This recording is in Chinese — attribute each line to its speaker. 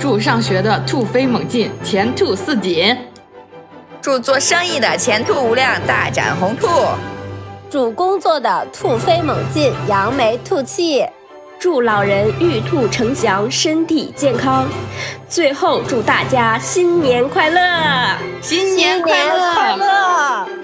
Speaker 1: 祝上学的突飞猛进，前途似锦。
Speaker 2: 祝做生意的前途无量，大展宏图。
Speaker 3: 祝工作的突飞猛进，扬眉吐气。
Speaker 4: 祝老人玉兔呈祥，身体健康。最后，祝大家新年快乐！
Speaker 1: 新年快乐！
Speaker 3: 快乐！